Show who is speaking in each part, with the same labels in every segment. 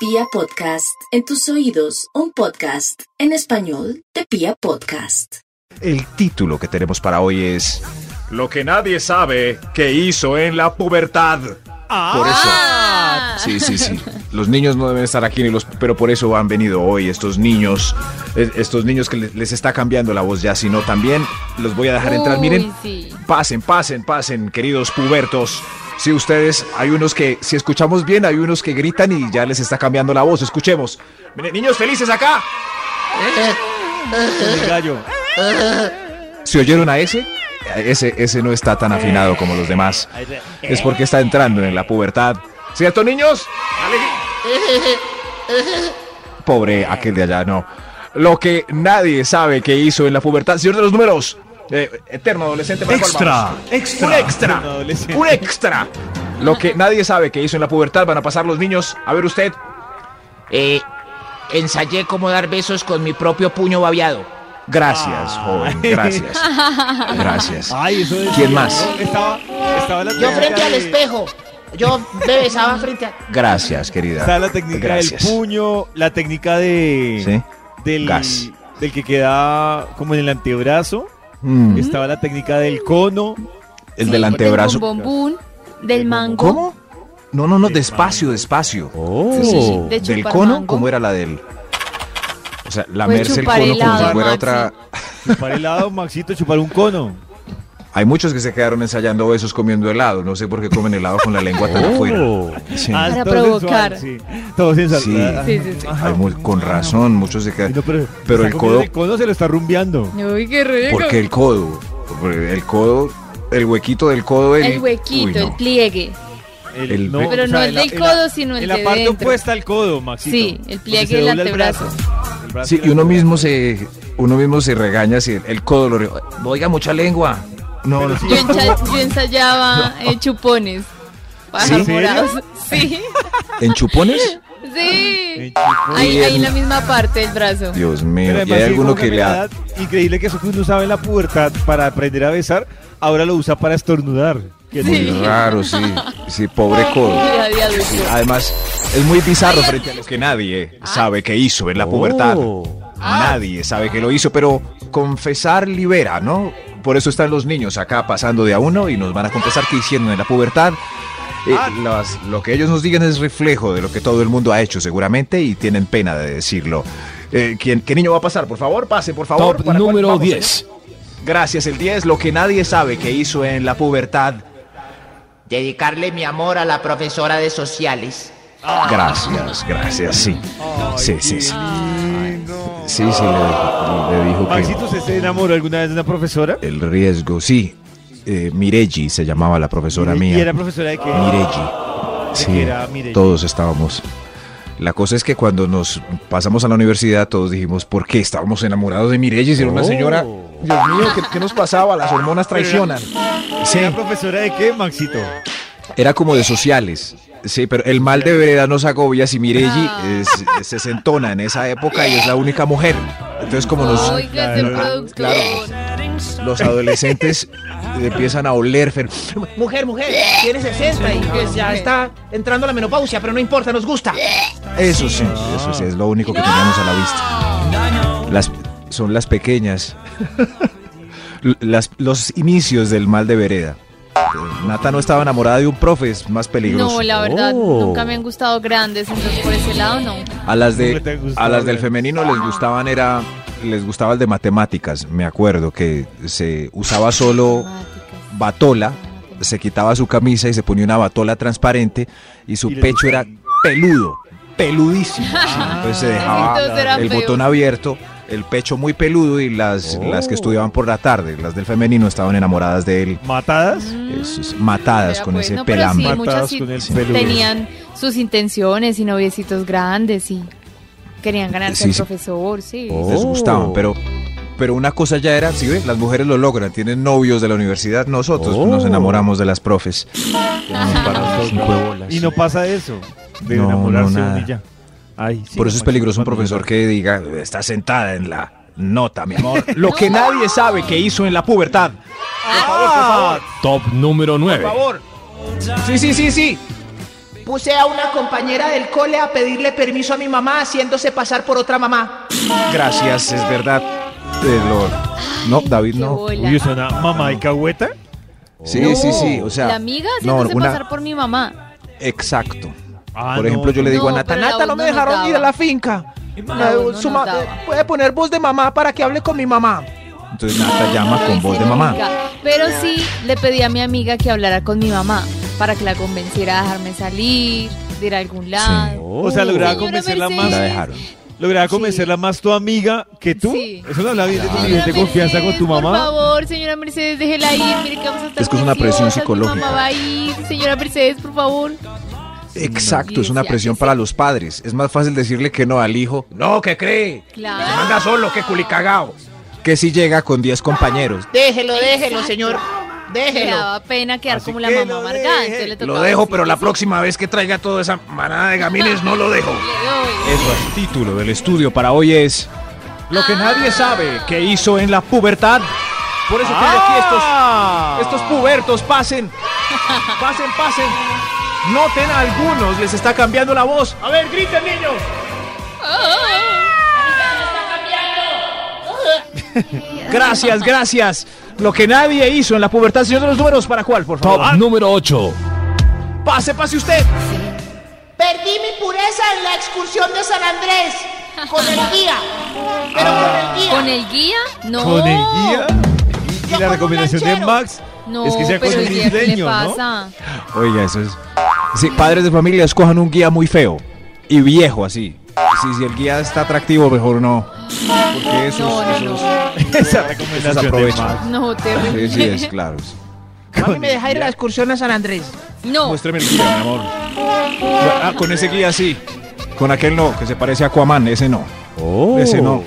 Speaker 1: Pia Podcast, en tus oídos, un podcast en español de Pia Podcast.
Speaker 2: El título que tenemos para hoy es
Speaker 3: Lo que nadie sabe que hizo en la pubertad.
Speaker 2: Por eso. Sí, sí, sí. Los niños no deben estar aquí ni los, pero por eso han venido hoy estos niños, eh, estos niños que les, les está cambiando la voz ya, sino también los voy a dejar entrar. Miren,
Speaker 4: sí.
Speaker 2: pasen, pasen, pasen, queridos pubertos. Si ustedes, hay unos que, si escuchamos bien, hay unos que gritan y ya les está cambiando la voz. Escuchemos. Miren, niños felices acá. ¿Se oyeron a ese? Ese, ese no está tan afinado como los demás. Es porque está entrando en la pubertad. ¿Cierto, niños? Pobre aquel de allá, no. Lo que nadie sabe que hizo en la pubertad. Señor de los números. eh, eterno adolescente. ¿para cuál
Speaker 3: Extra,
Speaker 2: vamos?
Speaker 3: extra.
Speaker 2: Un extra.
Speaker 3: Eterno adolescente.
Speaker 2: Un extra. Lo que nadie sabe que hizo en la pubertad van a pasar los niños. A ver usted.
Speaker 5: Eh, ensayé cómo dar besos con mi propio puño babeado.
Speaker 2: Gracias, joven. Gracias. Gracias. ¿Quién más?
Speaker 6: Estaba, estaba la
Speaker 5: Yo
Speaker 6: técnica
Speaker 5: frente al
Speaker 6: de-
Speaker 5: espejo. Yo me besaba frente a...
Speaker 2: Gracias, querida.
Speaker 6: Estaba la técnica
Speaker 2: Gracias.
Speaker 6: del puño, la técnica de
Speaker 2: Sí.
Speaker 6: del
Speaker 2: Gas.
Speaker 6: del que queda como en el antebrazo.
Speaker 2: Mm,
Speaker 6: Estaba la técnica del cono.
Speaker 2: el del antebrazo.
Speaker 4: Del bombombún, del mango.
Speaker 2: ¿Cómo? No, no, no, despacio, despacio.
Speaker 4: Sí, sí, sí. De
Speaker 2: ¿Del
Speaker 4: chupar
Speaker 2: cono?
Speaker 4: mango.
Speaker 2: ¿Cómo era la del...? O sea, la
Speaker 4: Pues
Speaker 2: merce el
Speaker 4: chupar
Speaker 2: cono como
Speaker 4: helado,
Speaker 2: si fuera
Speaker 4: Maxi.
Speaker 2: otra...
Speaker 6: Chupar helado, Maxito, chupar un cono.
Speaker 2: Hay muchos que se quedaron ensayando besos comiendo helado. No sé por qué comen helado con la lengua tan afuera. Oh. Sí.
Speaker 6: Ah,
Speaker 4: Para
Speaker 6: todo
Speaker 4: provocar.
Speaker 6: sensual, sí. Todo sensual.
Speaker 2: Sí.
Speaker 6: Ah,
Speaker 4: Sí, sí, sí.
Speaker 2: Hay muy- con razón, muchos se
Speaker 6: no,
Speaker 2: quedan...
Speaker 6: pero
Speaker 2: Pero
Speaker 6: está
Speaker 2: el
Speaker 6: comiendo
Speaker 2: codo-
Speaker 6: El cono se lo está rumbeando.
Speaker 4: Uy, qué rico.
Speaker 2: Porque el codo, el codo, el huequito del codo... del-
Speaker 4: El huequito,
Speaker 2: Uy, no.
Speaker 4: el pliegue.
Speaker 2: El-
Speaker 4: Pero no el del codo, sino el
Speaker 6: en la
Speaker 4: de
Speaker 6: parte
Speaker 4: dentro.
Speaker 6: opuesta al codo, Maxito.
Speaker 4: Sí, el
Speaker 6: Donde
Speaker 4: pliegue
Speaker 6: se
Speaker 4: del
Speaker 6: dobla el
Speaker 4: antebrazo.
Speaker 6: brazo. El brazo
Speaker 2: Sí,
Speaker 6: del
Speaker 2: y uno
Speaker 6: antebrazo.
Speaker 2: mismo se, uno mismo se regaña si el, el codo lo... re- Oiga, mucha lengua. No, no.
Speaker 6: Pero sí,
Speaker 4: Yo, encha- yo ensayaba eh, chupones. Pájaros
Speaker 6: ¿Sí?
Speaker 4: morados. Sí,
Speaker 2: ¿En chupones?
Speaker 4: sí.
Speaker 6: En chico.
Speaker 4: Ahí,
Speaker 2: Bien.
Speaker 4: ahí en la misma parte del brazo.
Speaker 2: Dios
Speaker 6: Pero
Speaker 2: mío. Y
Speaker 6: además
Speaker 2: hay
Speaker 6: sí,
Speaker 2: alguno
Speaker 6: como
Speaker 2: que le
Speaker 6: la
Speaker 2: ha...
Speaker 6: edad, Increíble que eso que uno sabe en la pubertad para aprender a besar, ahora lo usa para estornudar. Que
Speaker 2: Muy
Speaker 4: Sí.
Speaker 2: raro, sí. Sí, pobre codo.
Speaker 4: Mira, de adulto.
Speaker 2: Sí, Además, es muy bizarro frente a lo que nadie sabe que hizo
Speaker 6: Oh.
Speaker 2: en la pubertad. Ah. Nadie sabe que lo hizo, pero confesar libera, ¿no? Por eso están los niños acá pasando de a uno y nos van a confesar qué hicieron en la pubertad. Eh, las- lo que ellos nos digan es reflejo de lo que todo el mundo ha hecho seguramente y tienen pena de decirlo. Eh, ¿quién- ¿Qué niño va a pasar? Por favor, pase, por favor. ¿Para cuál vamos, señor? Gracias, el 10. Lo que nadie sabe que hizo en la pubertad.
Speaker 5: Dedicarle mi amor a la profesora de sociales.
Speaker 2: Gracias, gracias, sí. Sí, sí, sí. Sí, sí, le, le dijo
Speaker 6: Maxito,
Speaker 2: que
Speaker 6: ¿usted se enamoró alguna vez de una profesora?
Speaker 2: el riesgo, sí. Eh, Mireji se llamaba la profesora
Speaker 6: ¿Y-
Speaker 2: mía.
Speaker 6: ¿Y era profesora de qué?
Speaker 2: Mireji. Sí,
Speaker 6: era Mireyi?
Speaker 2: todos estábamos. La cosa es que cuando nos pasamos a la universidad, todos dijimos, ¿por qué estábamos enamorados de Mireji? Si era una
Speaker 6: Oh.
Speaker 2: señora. Dios mío, ¿qué, qué nos pasaba? Las hormonas traicionan. Sí,
Speaker 6: ¿Era profesora de qué, Maxito?
Speaker 2: era como de sociales. Sí, pero el mal de vereda nos agobia si Mireji
Speaker 4: Ah.
Speaker 2: es- se sentona en esa época y es la única mujer. Entonces, como nos,
Speaker 4: Oiga, ese
Speaker 2: claro,
Speaker 4: productor.
Speaker 2: claro. los adolescentes empiezan a oler. Fer-
Speaker 5: Mujer, mujer, tiene 60 y pues ya está entrando la menopausia, pero no importa, nos gusta.
Speaker 2: Eso sí, eso sí, es lo único que teníamos a la vista. Las, son las pequeñas. Las- los inicios del mal de vereda. Eh, Nata no estaba enamorada de un profe, es más peligroso. Oh.
Speaker 4: No, la verdad, nunca me han gustado grandes, entonces por ese lado no.
Speaker 2: A las
Speaker 6: Nunca te
Speaker 2: de
Speaker 6: han gustado,
Speaker 2: a las del
Speaker 6: ¿verdad?
Speaker 2: femenino les gustaban era les gustaba el de matemáticas, me acuerdo que se usaba solo batola, se quitaba su camisa y se ponía una batola transparente y su
Speaker 6: Y le- Ah.
Speaker 2: pecho era peludo, peludísimo. sí. Entonces Ah. Pues se dejaba
Speaker 4: Esos eran
Speaker 2: el
Speaker 4: feos.
Speaker 2: botón abierto, el pecho muy peludo y las las que estudiaban por la tarde, las del femenino estaban enamoradas de él,
Speaker 6: ¿Matadas?
Speaker 2: eso es, matadas
Speaker 4: Mm. Vea,
Speaker 2: con
Speaker 4: pues,
Speaker 2: ese
Speaker 4: no, pero sí,
Speaker 2: pelambre.
Speaker 4: muchas
Speaker 6: Matadas
Speaker 4: sí
Speaker 6: con el peludo.
Speaker 4: tenían sus intenciones y noviecitos grandes y querían ganarse
Speaker 2: Sí, Oh. sí.
Speaker 4: al profesor, sí.
Speaker 2: les gustaban, pero pero una cosa ya era, ¿sí ve? Las mujeres lo logran, tienen novios de la universidad, nosotros nos enamoramos de las profes. Ah,
Speaker 6: Y no pasa eso. De
Speaker 2: No, no,
Speaker 6: enamorarse
Speaker 2: nada.
Speaker 6: uno y ya. Ay, sí,
Speaker 2: Por eso es
Speaker 6: Maxito,
Speaker 2: peligroso un
Speaker 6: cuando-
Speaker 2: profesor que diga, está sentada en la nota, mi amor. Lo que nadie sabe que hizo en la pubertad.
Speaker 6: Ah,
Speaker 2: Por favor, por favor. Top número 9. Por favor. Sí, sí, sí, sí.
Speaker 5: Puse a una compañera del cole a pedirle permiso a mi mamá haciéndose pasar por otra mamá.
Speaker 2: Gracias, es verdad. Te lo- No, David,
Speaker 4: qué
Speaker 2: no.
Speaker 4: bola.
Speaker 6: Uy, suena mamá y cagüeta.
Speaker 2: Sí,
Speaker 4: No.
Speaker 2: sí, sí. O sea,
Speaker 4: la amiga
Speaker 2: no,
Speaker 4: haciéndose
Speaker 2: una-
Speaker 4: pasar por mi mamá.
Speaker 2: Exacto.
Speaker 6: Ah,
Speaker 2: Por
Speaker 6: no,
Speaker 2: ejemplo, yo le digo a
Speaker 4: No,
Speaker 2: Nata,
Speaker 4: pero la
Speaker 5: Nata,
Speaker 4: voz
Speaker 5: no me
Speaker 4: no nos
Speaker 5: dejaron ir a
Speaker 4: daba.
Speaker 5: la finca.
Speaker 4: La voz no
Speaker 5: su
Speaker 4: nos
Speaker 5: ma-
Speaker 4: daba.
Speaker 5: Puede poner voz de mamá para que hable con mi mamá.
Speaker 2: entonces Nata llama
Speaker 4: Lo
Speaker 2: con voz
Speaker 4: hice
Speaker 2: de mamá.
Speaker 4: nunca, Pero sí le pedí a mi amiga que hablara con mi mamá para que la convenciera a dejarme salir, de ir a algún lado.
Speaker 6: O sea, lograba
Speaker 4: Señora
Speaker 6: convencerla
Speaker 4: Mercedes.
Speaker 2: La
Speaker 6: más,
Speaker 2: dejaron.
Speaker 6: lograba convencerla más tu amiga que tú.
Speaker 4: Sí.
Speaker 6: Eso no habla bien de tu
Speaker 4: Señora
Speaker 6: nivel de confianza con
Speaker 4: Mercedes,
Speaker 6: tu
Speaker 4: Por
Speaker 6: mamá.
Speaker 4: favor, señora Mercedes, déjela ir. Mire que vamos a estar
Speaker 2: Es que es una presión
Speaker 4: preciosas, Mi
Speaker 2: psicológica.
Speaker 4: mamá va a ir. Señora Mercedes, por favor.
Speaker 2: Exacto, es
Speaker 4: Sí,
Speaker 2: una
Speaker 4: sí,
Speaker 2: presión
Speaker 4: sí.
Speaker 2: para los padres. Es más fácil decirle que no al hijo. No, que cree.
Speaker 4: Claro.
Speaker 2: Anda solo, que culicagao. Que si llega con 10 compañeros.
Speaker 5: Déjelo, déjelo, señor.
Speaker 4: Le
Speaker 5: Déjelo.
Speaker 4: daba pena quedar
Speaker 6: Así
Speaker 4: como la
Speaker 6: que
Speaker 4: mamá
Speaker 6: lo
Speaker 4: amargada.
Speaker 6: deje.
Speaker 4: entonces le
Speaker 2: Lo
Speaker 4: tocaba
Speaker 2: dejo,
Speaker 4: decir,
Speaker 2: pero la
Speaker 4: "Sí,
Speaker 2: próxima vez que traiga toda esa manada de gamines no lo dejo.
Speaker 4: le doy".
Speaker 2: Eso es.
Speaker 3: Título del estudio para hoy es Lo que nadie sabe que hizo en la pubertad. Por eso quiero que estos Estos pubertos, pasen. Pasen, pasen. Noten a algunos, les está cambiando la voz. A ver, griten, niños. Gracias, gracias. Lo que nadie hizo en la pubertad. Señor de los números, ¿para cuál, por favor? número 8. Pase, pase usted.
Speaker 7: Perdí mi pureza en la excursión de San Andrés con el guía. Pero con el
Speaker 5: Ah.
Speaker 7: guía.
Speaker 4: ¿Con el guía? No.
Speaker 6: Con el guía. Y,
Speaker 7: Yo
Speaker 6: y la
Speaker 7: con un
Speaker 6: recomendación de
Speaker 7: lanchero.
Speaker 6: Max
Speaker 4: No,
Speaker 6: es que sea con
Speaker 4: pero
Speaker 6: un
Speaker 4: el guía, ¿qué le
Speaker 6: isleño, ¿no?
Speaker 4: pasa?
Speaker 2: Oiga, eso es. Sí, padres de familia, escojan un guía muy feo y viejo así. Si, si el guía está atractivo, mejor no. Porque esos,
Speaker 4: No, no,
Speaker 2: esos,
Speaker 6: Esa
Speaker 4: no.
Speaker 2: esos
Speaker 6: recomendación de Max.
Speaker 2: aprovechan.
Speaker 4: No, terrible.
Speaker 2: Sí, sí, es claro. sí.
Speaker 5: A mí me deja ir a la excursión a San Andrés.
Speaker 4: No,
Speaker 2: Muéstrame el guía, mi amor. Ah, con ese guía sí. Con aquel no, que se parece a Aquaman, ese no. Ese no.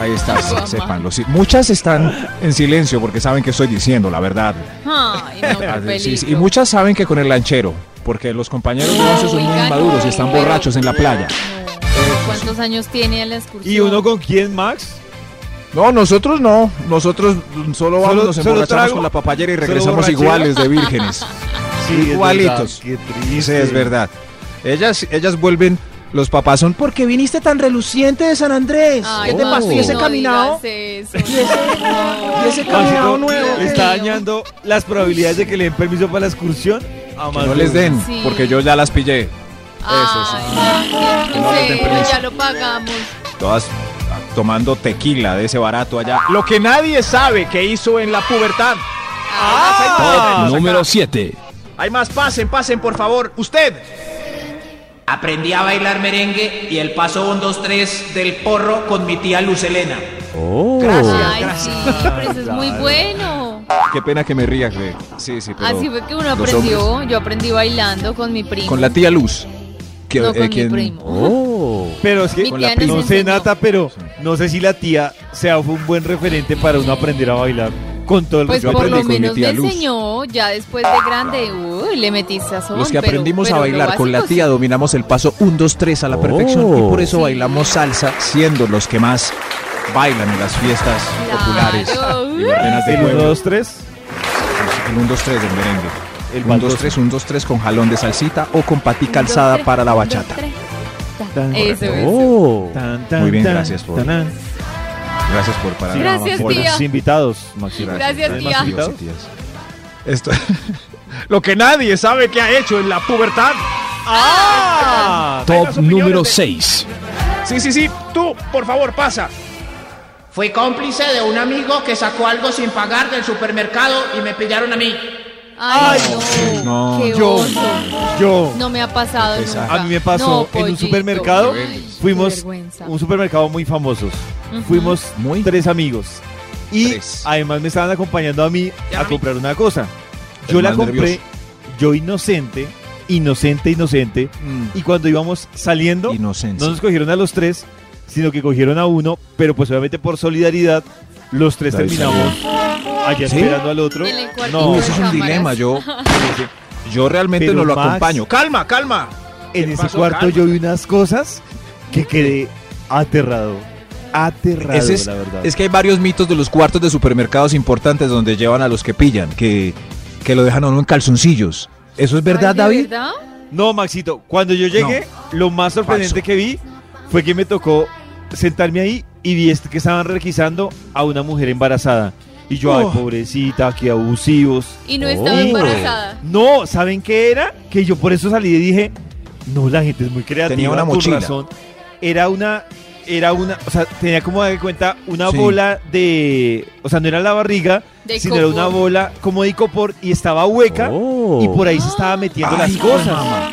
Speaker 2: Ahí está, sí,
Speaker 4: Uh. Aquaman.
Speaker 2: sépanlo. sí. Muchas están en silencio porque saben que estoy diciendo la verdad.
Speaker 4: Ay, no,
Speaker 2: Sí,
Speaker 4: qué
Speaker 2: sí, y
Speaker 4: peligro.
Speaker 2: muchas saben que con el lanchero, porque los compañeros de once son muy
Speaker 4: Oiga, no,
Speaker 2: inmaduros y están
Speaker 4: pero-
Speaker 2: borrachos en la playa.
Speaker 4: No. ¿Cuántos años tiene a la excursión?
Speaker 6: ¿Y uno con quién, Max?
Speaker 2: No, nosotros no. Nosotros solo vamos,
Speaker 6: Solo-
Speaker 2: nos
Speaker 6: solo
Speaker 2: emborrachamos
Speaker 6: trago.
Speaker 2: con la papayera y
Speaker 6: Solo
Speaker 2: regresamos
Speaker 6: borrachera.
Speaker 2: iguales de vírgenes.
Speaker 6: es
Speaker 2: Igualitos.
Speaker 6: verdad, Qué
Speaker 2: Sí,
Speaker 6: triste.
Speaker 2: es verdad. Ellas, ellas vuelven, los papás son por...
Speaker 5: ¿Por qué viniste tan reluciente de San Andrés?
Speaker 4: Ay,
Speaker 5: ¿Qué te
Speaker 4: no,
Speaker 5: pasó? ¿Y ese
Speaker 4: no
Speaker 5: caminado?
Speaker 4: digas eso.
Speaker 5: ¿Y ese
Speaker 6: Maxito,
Speaker 5: caminado nuevo?
Speaker 6: le está dañando las probabilidades de que le den permiso para la excursión. a
Speaker 2: Que
Speaker 6: Max
Speaker 2: no les
Speaker 6: Rubio.
Speaker 2: den,
Speaker 4: Sí.
Speaker 2: porque yo ya las pillé. Eso, sí.
Speaker 4: Ay, no, qué
Speaker 2: No les den
Speaker 4: crucero,
Speaker 2: permiso.
Speaker 4: ya lo pagamos.
Speaker 2: Todas ah, tomando tequila de ese barato allá.
Speaker 3: Lo que nadie sabe que hizo en la pubertad.
Speaker 6: Ah,
Speaker 3: número 7. Hay más, pasen, pasen, por favor. Usted.
Speaker 5: Aprendí a bailar merengue y el paso 1, 2, 3 del porro con mi tía Lucelena.
Speaker 4: Ay, sí, pero eso es muy bueno.
Speaker 2: Qué pena que me ría, que- Sí, sí, pero
Speaker 4: Así fue que uno
Speaker 2: los
Speaker 4: aprendió.
Speaker 2: hombres-
Speaker 4: Yo aprendí bailando con mi primo.
Speaker 2: Con la tía Luz. que-
Speaker 4: no,
Speaker 2: eh,
Speaker 4: con mi
Speaker 2: quien- Oh.
Speaker 4: primo.
Speaker 6: Pero es que
Speaker 4: Mi
Speaker 2: Con la
Speaker 4: tía
Speaker 2: prima.
Speaker 4: nos
Speaker 6: no sé,
Speaker 4: enseñó.
Speaker 6: Nata, pero no sé si la tía sea un buen referente para uno aprender a bailar con todo el
Speaker 4: Pues
Speaker 2: Yo
Speaker 4: por
Speaker 2: aprendí
Speaker 4: lo
Speaker 2: con mi
Speaker 4: menos me
Speaker 2: tía Luz.
Speaker 4: enseñó, ya después de grande, uy, le metí sazón.
Speaker 2: Los que
Speaker 4: pero-
Speaker 2: aprendimos
Speaker 4: pero
Speaker 2: a
Speaker 4: lo
Speaker 2: bailar con la
Speaker 4: básico
Speaker 2: tía
Speaker 4: sí. Oh.
Speaker 2: dominamos el paso 1, 2, 3 a la perfección y por eso bailamos salsa, siendo los que más bailan en las fiestas
Speaker 4: Claro.
Speaker 2: populares. y
Speaker 4: Uy.
Speaker 2: verbenas de
Speaker 6: El 1,
Speaker 2: pueblo.
Speaker 6: 2, 3.
Speaker 2: El 1, 2, 3 del merengue. El 1, 2,
Speaker 6: dos,
Speaker 2: 3, 1, 2, 3 con jalón de salsita o con pati
Speaker 4: Un, dos,
Speaker 2: calzada
Speaker 4: tres,
Speaker 2: para la
Speaker 4: un, dos,
Speaker 2: bachata.
Speaker 4: tres. Eso, eso.
Speaker 6: Oh.
Speaker 2: Muy bien, gracias por-
Speaker 6: tanán.
Speaker 2: Gracias por parar.
Speaker 4: Gracias,
Speaker 2: Buenas-
Speaker 4: tía.
Speaker 6: Buenos invitados, Maxito.
Speaker 4: Gracias,
Speaker 2: Además,
Speaker 4: tía.
Speaker 2: tíos y tías. Esto,
Speaker 3: Lo que nadie sabe que ha hecho en la pubertad. Top número 6. Sí, sí, sí. Tú, por favor, pasa.
Speaker 7: Fui cómplice de un amigo que sacó algo sin pagar del supermercado y me pillaron a mí.
Speaker 4: Ay,
Speaker 2: no,
Speaker 4: no. qué
Speaker 6: yo-
Speaker 4: oso.
Speaker 6: Yo.
Speaker 4: No me ha pasado
Speaker 2: Qué pesar.
Speaker 4: nunca.
Speaker 6: A mí me pasó en
Speaker 4: No,
Speaker 6: un
Speaker 4: pollito.
Speaker 6: supermercado.
Speaker 4: Ay, qué
Speaker 6: Fuimos
Speaker 4: vergüenza.
Speaker 6: un supermercado muy famoso. Fuimos
Speaker 2: Muy.
Speaker 6: tres amigos. Y
Speaker 2: Tres.
Speaker 6: además me estaban acompañando a mí a comprar una cosa. Yo
Speaker 2: El
Speaker 6: la
Speaker 2: más
Speaker 6: compré,
Speaker 2: nervioso.
Speaker 6: yo inocente, inocente, inocente.
Speaker 2: Mm.
Speaker 6: Y cuando íbamos saliendo,
Speaker 2: Inocencia.
Speaker 6: no nos cogieron a los tres, sino que cogieron a uno, pero pues obviamente por solidaridad, los tres
Speaker 2: David
Speaker 6: terminamos allá
Speaker 2: ¿Sí?
Speaker 6: esperando al otro.
Speaker 4: En el cuartito
Speaker 6: No,
Speaker 2: Uy, eso es un
Speaker 4: Cámaras.
Speaker 2: dilema. Yo, yo realmente
Speaker 6: Pero
Speaker 2: no lo
Speaker 6: Max-
Speaker 2: acompaño.
Speaker 3: Calma, calma.
Speaker 6: en ese
Speaker 3: pasó,
Speaker 6: cuarto
Speaker 3: Carlos?
Speaker 6: yo vi unas cosas que quedé aterrado. Aterrado,
Speaker 2: Ese es,
Speaker 6: la verdad.
Speaker 2: es que hay varios mitos de los cuartos de supermercados importantes donde llevan a los que pillan, que, que lo dejan a uno en calzoncillos. ¿Eso es verdad,
Speaker 4: Ay, ¿de
Speaker 2: David?
Speaker 4: verdad?
Speaker 6: No, Maxito, cuando yo llegué, lo más sorprendente
Speaker 2: Falso.
Speaker 6: que vi fue que me tocó sentarme ahí y vi est- que estaban requisando a una mujer embarazada. Y yo, ay,
Speaker 2: Oh.
Speaker 6: pobrecita, qué abusivos.
Speaker 4: Y no estaba
Speaker 6: Y-
Speaker 4: embarazada.
Speaker 6: No, ¿saben qué era? Que yo por eso salí y dije, no, la gente es muy creativa.
Speaker 2: Tenía una
Speaker 6: con
Speaker 2: mochila.
Speaker 6: razón. Era una, era una, o sea, tenía como de cuenta una
Speaker 2: Sí.
Speaker 6: bola de, o sea, no era la barriga,
Speaker 4: De
Speaker 6: sino era una
Speaker 4: icopor.
Speaker 6: bola como de icopor y estaba hueca
Speaker 3: Oh.
Speaker 6: y por ahí se estaba metiendo
Speaker 2: Ay,
Speaker 6: las
Speaker 2: hijo de
Speaker 6: cosas.
Speaker 2: mamá.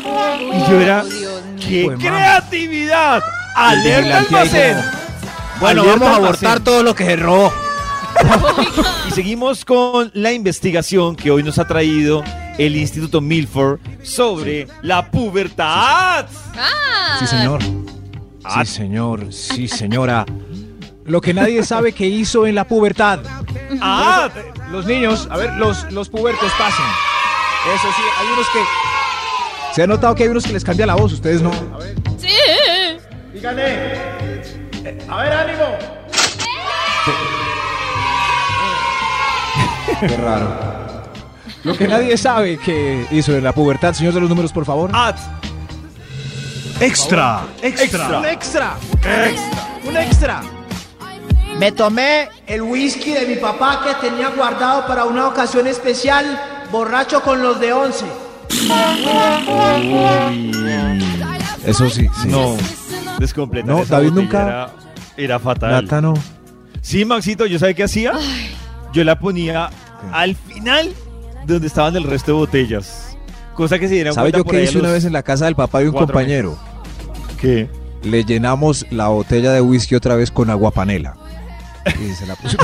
Speaker 6: Y yo era,
Speaker 4: Oh. Dios mío.
Speaker 6: ¡Qué
Speaker 2: Hijo de mamá.
Speaker 6: creatividad! ¡Alerta
Speaker 2: vigilante ahí
Speaker 6: almacén!
Speaker 3: Bueno,
Speaker 6: Alerta
Speaker 3: vamos a
Speaker 6: almacén.
Speaker 3: abortar todo lo que se robó.
Speaker 6: Y seguimos con la investigación que hoy nos ha traído el Instituto Milford sobre la pubertad.
Speaker 4: Ah,
Speaker 2: Sí, señor.
Speaker 3: Ah.
Speaker 2: Sí, señor. Sí, señora. Lo que nadie sabe que hizo en la pubertad.
Speaker 6: ¡Ah!
Speaker 2: Los niños, a ver, los, los pubertos pasen. Eso sí, hay unos que. Se ha notado que hay unos que les cambia la voz, ustedes no.
Speaker 4: Sí.
Speaker 2: Qué raro. Lo que nadie sabe que hizo en la pubertad, señor de los números, por favor.
Speaker 6: ¡At!
Speaker 3: Extra, extra.
Speaker 2: Un extra. Un extra.
Speaker 5: Me tomé el whisky de mi papá que tenía guardado para una ocasión especial, borracho con los de once.
Speaker 2: Eso sí, sí.
Speaker 6: No, descompleta.
Speaker 2: No,
Speaker 6: Esa
Speaker 2: David
Speaker 6: botella
Speaker 2: nunca-
Speaker 6: Era, era fatal.
Speaker 2: Nata no.
Speaker 6: Sí, Maxito, ¿yo sabía qué hacía? Yo la ponía al final donde estaban el resto de botellas. Cosa que se dieron
Speaker 2: ¿Sabe
Speaker 6: cuenta
Speaker 2: yo
Speaker 6: por
Speaker 2: qué
Speaker 6: ahí a
Speaker 2: hice una
Speaker 6: los-
Speaker 2: vez en la casa del papá de un
Speaker 6: cuatro
Speaker 2: compañero?
Speaker 6: ¿Qué?
Speaker 2: Le llenamos la botella de whisky otra vez con agua panela. Y se la puso.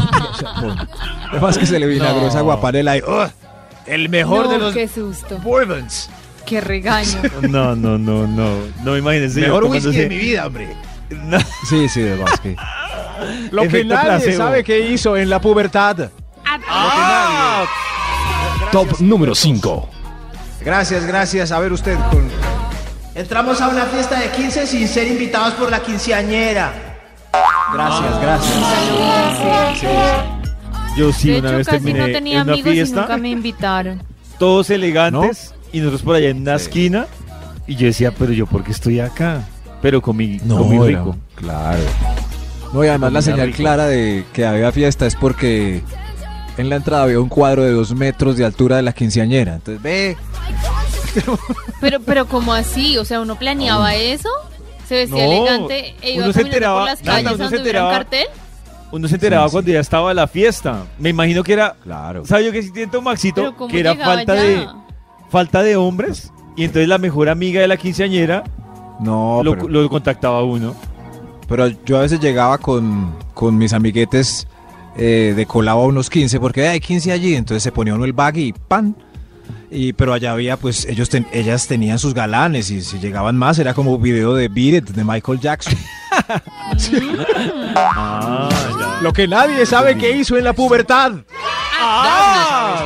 Speaker 2: Además que se le vinagró esa agua panela y. ¡Ugh! el mejor
Speaker 4: No,
Speaker 2: de los
Speaker 4: qué susto.
Speaker 2: bourbons.
Speaker 4: Qué regaño.
Speaker 6: No, no, no, no. No me imagínense. yo
Speaker 3: Mejor whisky de
Speaker 6: tomándose-
Speaker 3: mi vida, hombre.
Speaker 6: No.
Speaker 2: Sí, sí, además que.
Speaker 3: Lo que
Speaker 6: Efecto
Speaker 3: nadie
Speaker 6: placebo.
Speaker 3: sabe que hizo en la pubertad.
Speaker 6: ¡Ah!
Speaker 8: Top número 5.
Speaker 3: Gracias, gracias. A ver usted con
Speaker 5: Entramos a una fiesta de 15 sin ser invitados por la quinceañera. Ah.
Speaker 3: Gracias, gracias.
Speaker 6: Yo sí,
Speaker 4: de
Speaker 6: una
Speaker 4: hecho,
Speaker 6: vez
Speaker 4: casi
Speaker 6: terminé
Speaker 4: no tenía
Speaker 6: en una
Speaker 4: amigos y
Speaker 6: fiesta,
Speaker 4: nunca me invitaron.
Speaker 6: todos elegantes, y nosotros por allá en una esquina, y yo decía, pero yo, ¿por qué estoy acá? Pero comí, comí
Speaker 2: era-
Speaker 6: rico.
Speaker 2: Claro. No, y además la
Speaker 6: Comida
Speaker 2: señal
Speaker 6: rica.
Speaker 2: clara de que había fiesta es porque en la entrada había un cuadro de dos metros de altura de la quinceañera. Entonces, ve.
Speaker 4: Pero, pero ¿cómo así? O sea, ¿uno planeaba eso? ¿Se vestía
Speaker 6: No,
Speaker 4: elegante e iba
Speaker 6: uno se
Speaker 4: caminando por
Speaker 6: enteraba-
Speaker 4: las
Speaker 6: Nata,
Speaker 4: calles
Speaker 6: uno se
Speaker 4: donde hubiera un
Speaker 6: enteraba-
Speaker 4: cartel?
Speaker 6: Uno se enteraba
Speaker 2: Sí, sí.
Speaker 6: cuando ya estaba la fiesta. Me imagino que era,
Speaker 2: Claro.
Speaker 6: ¿sabes yo que siento, Maxito?
Speaker 4: Pero ¿cómo
Speaker 6: Que era
Speaker 4: llegaba
Speaker 6: falta
Speaker 4: ya?
Speaker 6: de, falta de hombres, y entonces la mejor amiga de la quinceañera
Speaker 2: No,
Speaker 6: lo,
Speaker 2: pero,
Speaker 6: lo contactaba a uno.
Speaker 2: pero yo a veces llegaba con, con mis amiguetes eh, de colado a unos 15, porque hay 15 allí. Entonces se ponía uno el baggy y ¡pam! Y, pero allá había, pues, ellos ten- ellas tenían sus galanes y si llegaban más era como video de Beat It de Michael Jackson.
Speaker 6: Ah, ya.
Speaker 3: Lo que nadie sabe que hizo en la pubertad.
Speaker 4: Ah,
Speaker 3: Ah.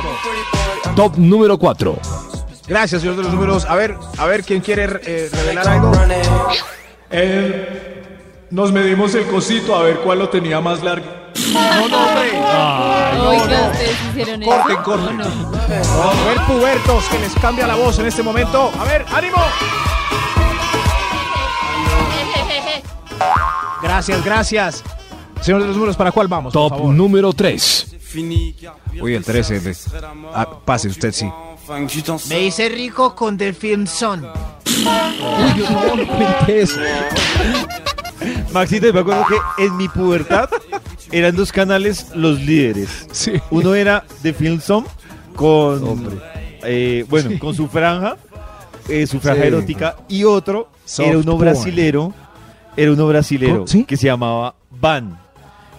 Speaker 8: Top número 4.
Speaker 3: Gracias, señor de los números. A ver, a ver, ¿quién quiere eh, revelar algo?
Speaker 9: Eh, Nos medimos el cosito a ver cuál lo tenía más largo.
Speaker 4: Oiga, ¿ustedes hicieron eso?
Speaker 3: corten.
Speaker 4: ¿O no?
Speaker 3: A ver, pubertos, que les cambia la voz en este momento. A ver, ánimo. Gracias, gracias. Señor de los números, ¿para cuál vamos? por
Speaker 8: Top
Speaker 3: favor?
Speaker 8: número 3.
Speaker 2: Uy, el 13. de- Ah, pase, usted sí.
Speaker 5: Me hice rico con The Film Son.
Speaker 6: Maxito, yo me acuerdo que en mi pubertad eran dos canales los líderes.
Speaker 2: Sí.
Speaker 6: Uno era de Film Song con, eh, bueno, con su franja, eh, su franja
Speaker 2: Sí.
Speaker 6: erótica, y otro
Speaker 2: Soft
Speaker 6: era uno
Speaker 2: porn.
Speaker 6: brasilero, era uno brasilero
Speaker 2: ¿Cómo? ¿Sí?
Speaker 6: que se llamaba Van.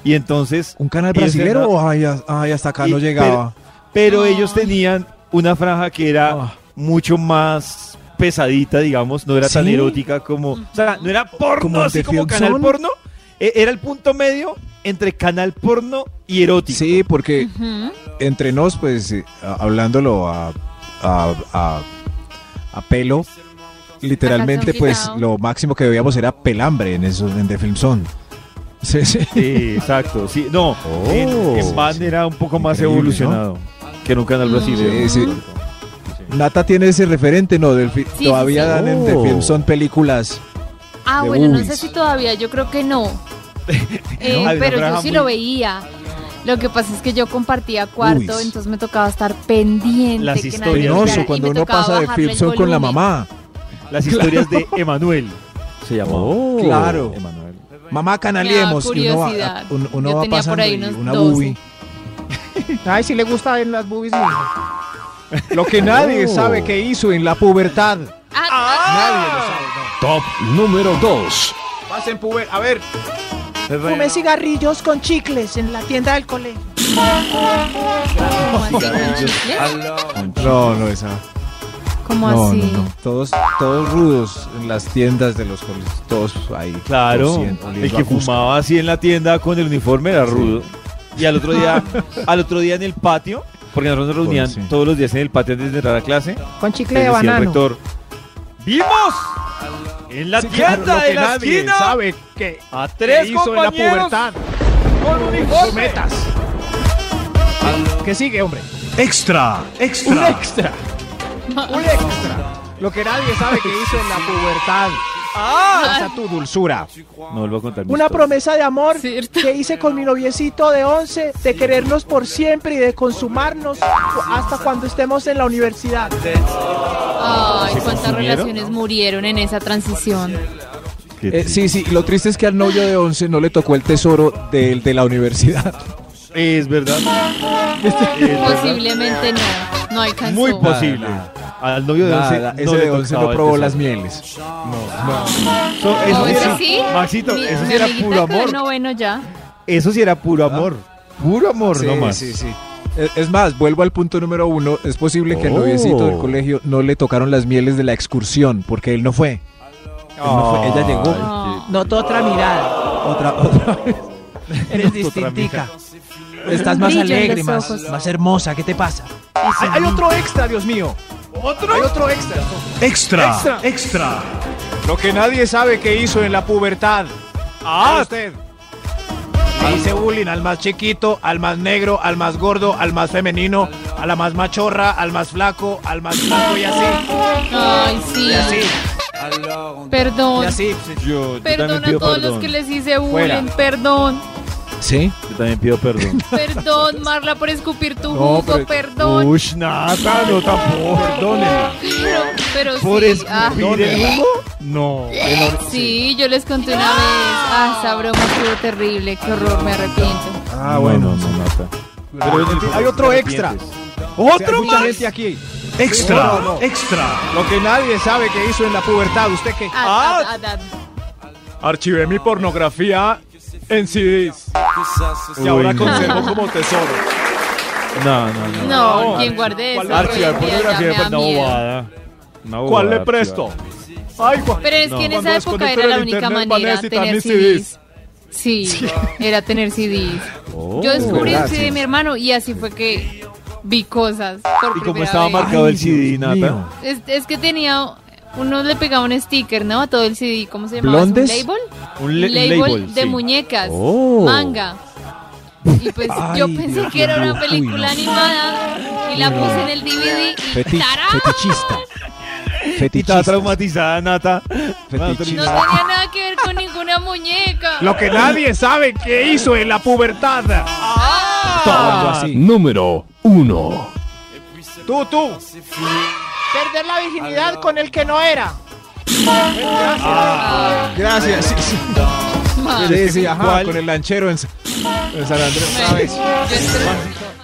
Speaker 6: Y entonces,
Speaker 2: ¿Un canal
Speaker 6: ellos eran-
Speaker 2: brasilero? o ay, as- ay, hasta acá
Speaker 6: y-
Speaker 2: no llegaba.
Speaker 6: Pero, pero ellos tenían una franja que era
Speaker 2: Ah.
Speaker 6: mucho más pesadita, digamos, no era tan
Speaker 2: ¿Sí?
Speaker 6: erótica como, o sea, no era porno,
Speaker 2: ¿Como el
Speaker 6: así
Speaker 2: de
Speaker 6: como canal
Speaker 2: Fianzón?
Speaker 6: porno, e- era el punto medio entre canal porno y erótico.
Speaker 2: Sí, porque
Speaker 4: Ujú.
Speaker 2: entre nos, pues, eh, a- hablándolo a, a, a- a pelo, literalmente,
Speaker 4: calzón
Speaker 2: pues,
Speaker 4: quitado.
Speaker 2: lo máximo que veíamos era pelambre en esos en The Film Zone. Sí, sí.
Speaker 6: Sí, exacto, sí, no,
Speaker 2: Oh.
Speaker 6: en, en Van era un poco más
Speaker 2: Increíble,
Speaker 6: evolucionado que en un canal brasileño.
Speaker 2: Sí, sí. Nata tiene ese referente, ¿no? Del fi-
Speaker 4: sí,
Speaker 2: todavía
Speaker 4: sí.
Speaker 2: dan en The Film, son películas.
Speaker 4: Ah,
Speaker 2: de
Speaker 4: bueno, no sé
Speaker 2: boobies.
Speaker 4: si todavía, yo creo que no. Eh,
Speaker 6: No, había
Speaker 4: pero yo
Speaker 6: trabajado
Speaker 4: sí
Speaker 6: muy-
Speaker 4: lo veía. Lo que pasa es que yo compartía cuarto,
Speaker 2: Boobies.
Speaker 4: entonces me tocaba estar pendiente.
Speaker 6: Las
Speaker 4: que nadie
Speaker 6: historias.
Speaker 4: me
Speaker 2: Penoso
Speaker 4: mirara,
Speaker 2: cuando
Speaker 4: y me
Speaker 2: uno
Speaker 4: tocaba
Speaker 2: pasa de
Speaker 4: bajarle el
Speaker 2: Filmson con la
Speaker 4: volumen.
Speaker 2: mamá.
Speaker 6: Las historias de Emanuel.
Speaker 8: Se llamó.
Speaker 2: Oh. claro.
Speaker 8: Emanuel.
Speaker 2: Mamá, canaliemos.
Speaker 4: Me
Speaker 2: Y
Speaker 4: da
Speaker 2: uno va,
Speaker 4: curiosidad.
Speaker 2: un- uno
Speaker 4: Yo
Speaker 2: va
Speaker 4: tenía por
Speaker 2: pasando
Speaker 4: ahí
Speaker 2: y
Speaker 4: unos
Speaker 2: una
Speaker 4: 12.
Speaker 2: boobie.
Speaker 5: Ay, si le gusta ver las boobies.
Speaker 2: Lo que
Speaker 4: Oh.
Speaker 2: nadie sabe que hizo en la pubertad.
Speaker 4: Ah, ah,
Speaker 2: Nadie lo sabe. no.
Speaker 8: Top número 2.
Speaker 2: Pasen puber. A ver.
Speaker 5: Fumé cigarrillos con chicles en la tienda del colegio.
Speaker 4: ¿Cómo así? ¿Con chicle?
Speaker 2: No, no, esa.
Speaker 4: ¿Cómo
Speaker 2: No,
Speaker 4: así?
Speaker 2: no, no. Todos, todos rudos en las tiendas de los colegios. Todos ahí.
Speaker 6: Claro.
Speaker 2: tosiendo,
Speaker 6: El
Speaker 2: oliendo
Speaker 6: que
Speaker 2: a Cusco.
Speaker 6: fumaba así en la tienda con el uniforme era rudo. Y al otro día, al otro día en el patio, porque nosotros nos reunían
Speaker 2: Bueno, sí.
Speaker 6: todos los días en el patio antes de entrar a clase,
Speaker 5: Con
Speaker 6: le
Speaker 5: chicle de
Speaker 6: decía el
Speaker 5: banano.
Speaker 6: rector, ¡Vimos! En la
Speaker 2: Sí, claro,
Speaker 6: tienda
Speaker 2: lo que
Speaker 6: de la
Speaker 2: nadie
Speaker 6: esquina
Speaker 2: sabe que
Speaker 6: a tres
Speaker 2: hizo en la
Speaker 6: compañeros
Speaker 2: pubertad.
Speaker 6: con uniforme.
Speaker 2: Metas.
Speaker 5: ¿Qué sigue, hombre?
Speaker 8: Extra,
Speaker 2: Un
Speaker 8: extra.
Speaker 2: extra. Un extra. Lo que nadie sabe que hizo en la pubertad. Esa tu dulzura.
Speaker 6: No vuelvo a contar mi
Speaker 5: Una
Speaker 6: historia.
Speaker 5: promesa de amor
Speaker 4: Cierto.
Speaker 5: que hice con mi noviecito de 11, de querernos por siempre y de consumarnos hasta cuando estemos en la universidad.
Speaker 4: Ay, cuántas
Speaker 6: consumieron?
Speaker 4: relaciones murieron en esa transición.
Speaker 6: Qué
Speaker 2: Eh, sí, sí, lo triste es que al novio de 11 no le tocó el tesoro del de la universidad.
Speaker 6: Es verdad.
Speaker 4: Posiblemente no. No alcanzó.
Speaker 6: Muy posible. Al novio de once
Speaker 2: Nada,
Speaker 6: no
Speaker 2: ese
Speaker 6: le
Speaker 2: de 11 no
Speaker 6: tocaba este el
Speaker 2: probó
Speaker 6: tesoro.
Speaker 2: las mieles.
Speaker 6: So-
Speaker 4: ¿O
Speaker 6: eso sí
Speaker 4: ese
Speaker 6: era-
Speaker 4: sí?
Speaker 6: Maxito,
Speaker 4: Mi-
Speaker 6: eso
Speaker 4: mi
Speaker 6: sí era
Speaker 4: amiguita
Speaker 6: puro
Speaker 4: quedó en
Speaker 6: amor.
Speaker 4: noveno ya.
Speaker 6: Eso sí era puro amor. Puro amor,
Speaker 2: Sí,
Speaker 6: no más.
Speaker 2: sí, sí. Eh, Es más, vuelvo al punto número uno. Es posible que al
Speaker 6: Oh.
Speaker 2: noviecito del colegio no le tocaron las mieles de la excursión, porque él no fue. Él no fue, Ella llegó.
Speaker 4: No.
Speaker 5: Noto otra mirada.
Speaker 2: Otra, otra vez.
Speaker 5: Eres distintica.
Speaker 2: Estás
Speaker 4: más Brillo en alegre, los más- ojos.
Speaker 2: más hermosa. ¿Qué te pasa? Hay, hay otro extra, Dios mío. ¿Otro? Hay otro extra.
Speaker 8: Extra,
Speaker 2: Extra.
Speaker 8: extra. extra.
Speaker 2: Lo que nadie sabe que hizo en la pubertad. Ah, usted. Le hice bullying al más chiquito, al más negro, al más gordo, al más femenino, a la más machorra, al más flaco, al más flaco y así.
Speaker 4: Ay, sí.
Speaker 2: Y así, y
Speaker 4: Perdón.
Speaker 2: así.
Speaker 6: Yo, yo también
Speaker 4: Perdón a
Speaker 6: pido
Speaker 4: todos
Speaker 6: perdón.
Speaker 4: los que les hice
Speaker 2: Fuera.
Speaker 4: bullying. Perdón.
Speaker 2: ¿Sí?
Speaker 6: Yo también pido perdón.
Speaker 4: Perdón, Marla, por escupir tu
Speaker 2: No,
Speaker 4: jugo.
Speaker 2: pero-
Speaker 4: Perdón.
Speaker 6: Ush, nada, no tampoco. Perdónenme.
Speaker 4: Pero, pero
Speaker 6: ¿Por
Speaker 4: sí. ah,
Speaker 6: escupir el humo? No.
Speaker 4: sí, yo les conté una vez. Ah, esa broma estuvo terrible. Qué horror, me arrepiento.
Speaker 2: Ah,
Speaker 6: No, no, no, Nata.
Speaker 2: hay otro extra.
Speaker 6: ¿Otro más?
Speaker 2: aquí.
Speaker 8: Extra,
Speaker 2: No, no, no.
Speaker 8: extra.
Speaker 2: Lo que nadie sabe que hizo en la pubertad. ¿Usted qué?
Speaker 4: Ah, ah, ah, ah.
Speaker 2: Archivé mi pornografía en CDs.
Speaker 6: Uy, no.
Speaker 2: como tesoro.
Speaker 6: No, no, no.
Speaker 4: No, quien guarde eso.
Speaker 6: Archivar
Speaker 4: hoy en día ya
Speaker 6: pornografía
Speaker 4: me
Speaker 6: de
Speaker 4: da
Speaker 6: una
Speaker 4: miedo.
Speaker 6: bobada. Una
Speaker 9: ¿Cuál
Speaker 6: bobada,
Speaker 9: le presto?
Speaker 6: archivar.
Speaker 9: Ay, Juan.
Speaker 4: Pero es que en esa época era la única manera de tener CDs. Sí, era tener CDs. Yo
Speaker 6: Oh,
Speaker 4: descubrí el
Speaker 2: verdad,
Speaker 4: CD de
Speaker 2: sí.
Speaker 4: mi hermano y así fue que vi cosas. Por
Speaker 6: ¿Y cómo
Speaker 4: primera
Speaker 6: estaba
Speaker 4: vez.
Speaker 6: marcado el CD,
Speaker 2: Dios mío.
Speaker 6: Nata?
Speaker 4: Es, es que tenía. Uno le pegaba un sticker, ¿no? A todo el CD. ¿Cómo se llamaba?
Speaker 2: ¿Blondes?
Speaker 4: ¿Un label?
Speaker 6: Un le- un
Speaker 4: label,
Speaker 6: label,
Speaker 4: de
Speaker 6: sí.
Speaker 4: muñecas.
Speaker 6: Oh.
Speaker 4: Manga. Y pues yo
Speaker 2: Ay,
Speaker 4: pensé
Speaker 2: Dios
Speaker 4: que era
Speaker 2: mío.
Speaker 4: una película
Speaker 2: Uy, no.
Speaker 4: animada y la puse en el DVD y
Speaker 2: Feti-
Speaker 4: ¡tarán!
Speaker 2: fetichista.
Speaker 6: Y estaba
Speaker 2: Fetichista.
Speaker 6: traumatizada, Nata.
Speaker 4: No
Speaker 2: Fetichista.
Speaker 4: tenía nada que ver con ninguna muñeca.
Speaker 2: Lo que nadie sabe que hizo en la pubertad.
Speaker 4: Ah.
Speaker 2: Todo así.
Speaker 8: Número 1.
Speaker 2: Tú, tú.
Speaker 5: Perder la virginidad con el que no era.
Speaker 2: Gracias. Sí, sí,
Speaker 4: Ma,
Speaker 2: sí, sí, ajá,
Speaker 6: ¿Cuál?
Speaker 2: con el lanchero en, Sa- en San Andrés.
Speaker 4: ma, yo espero-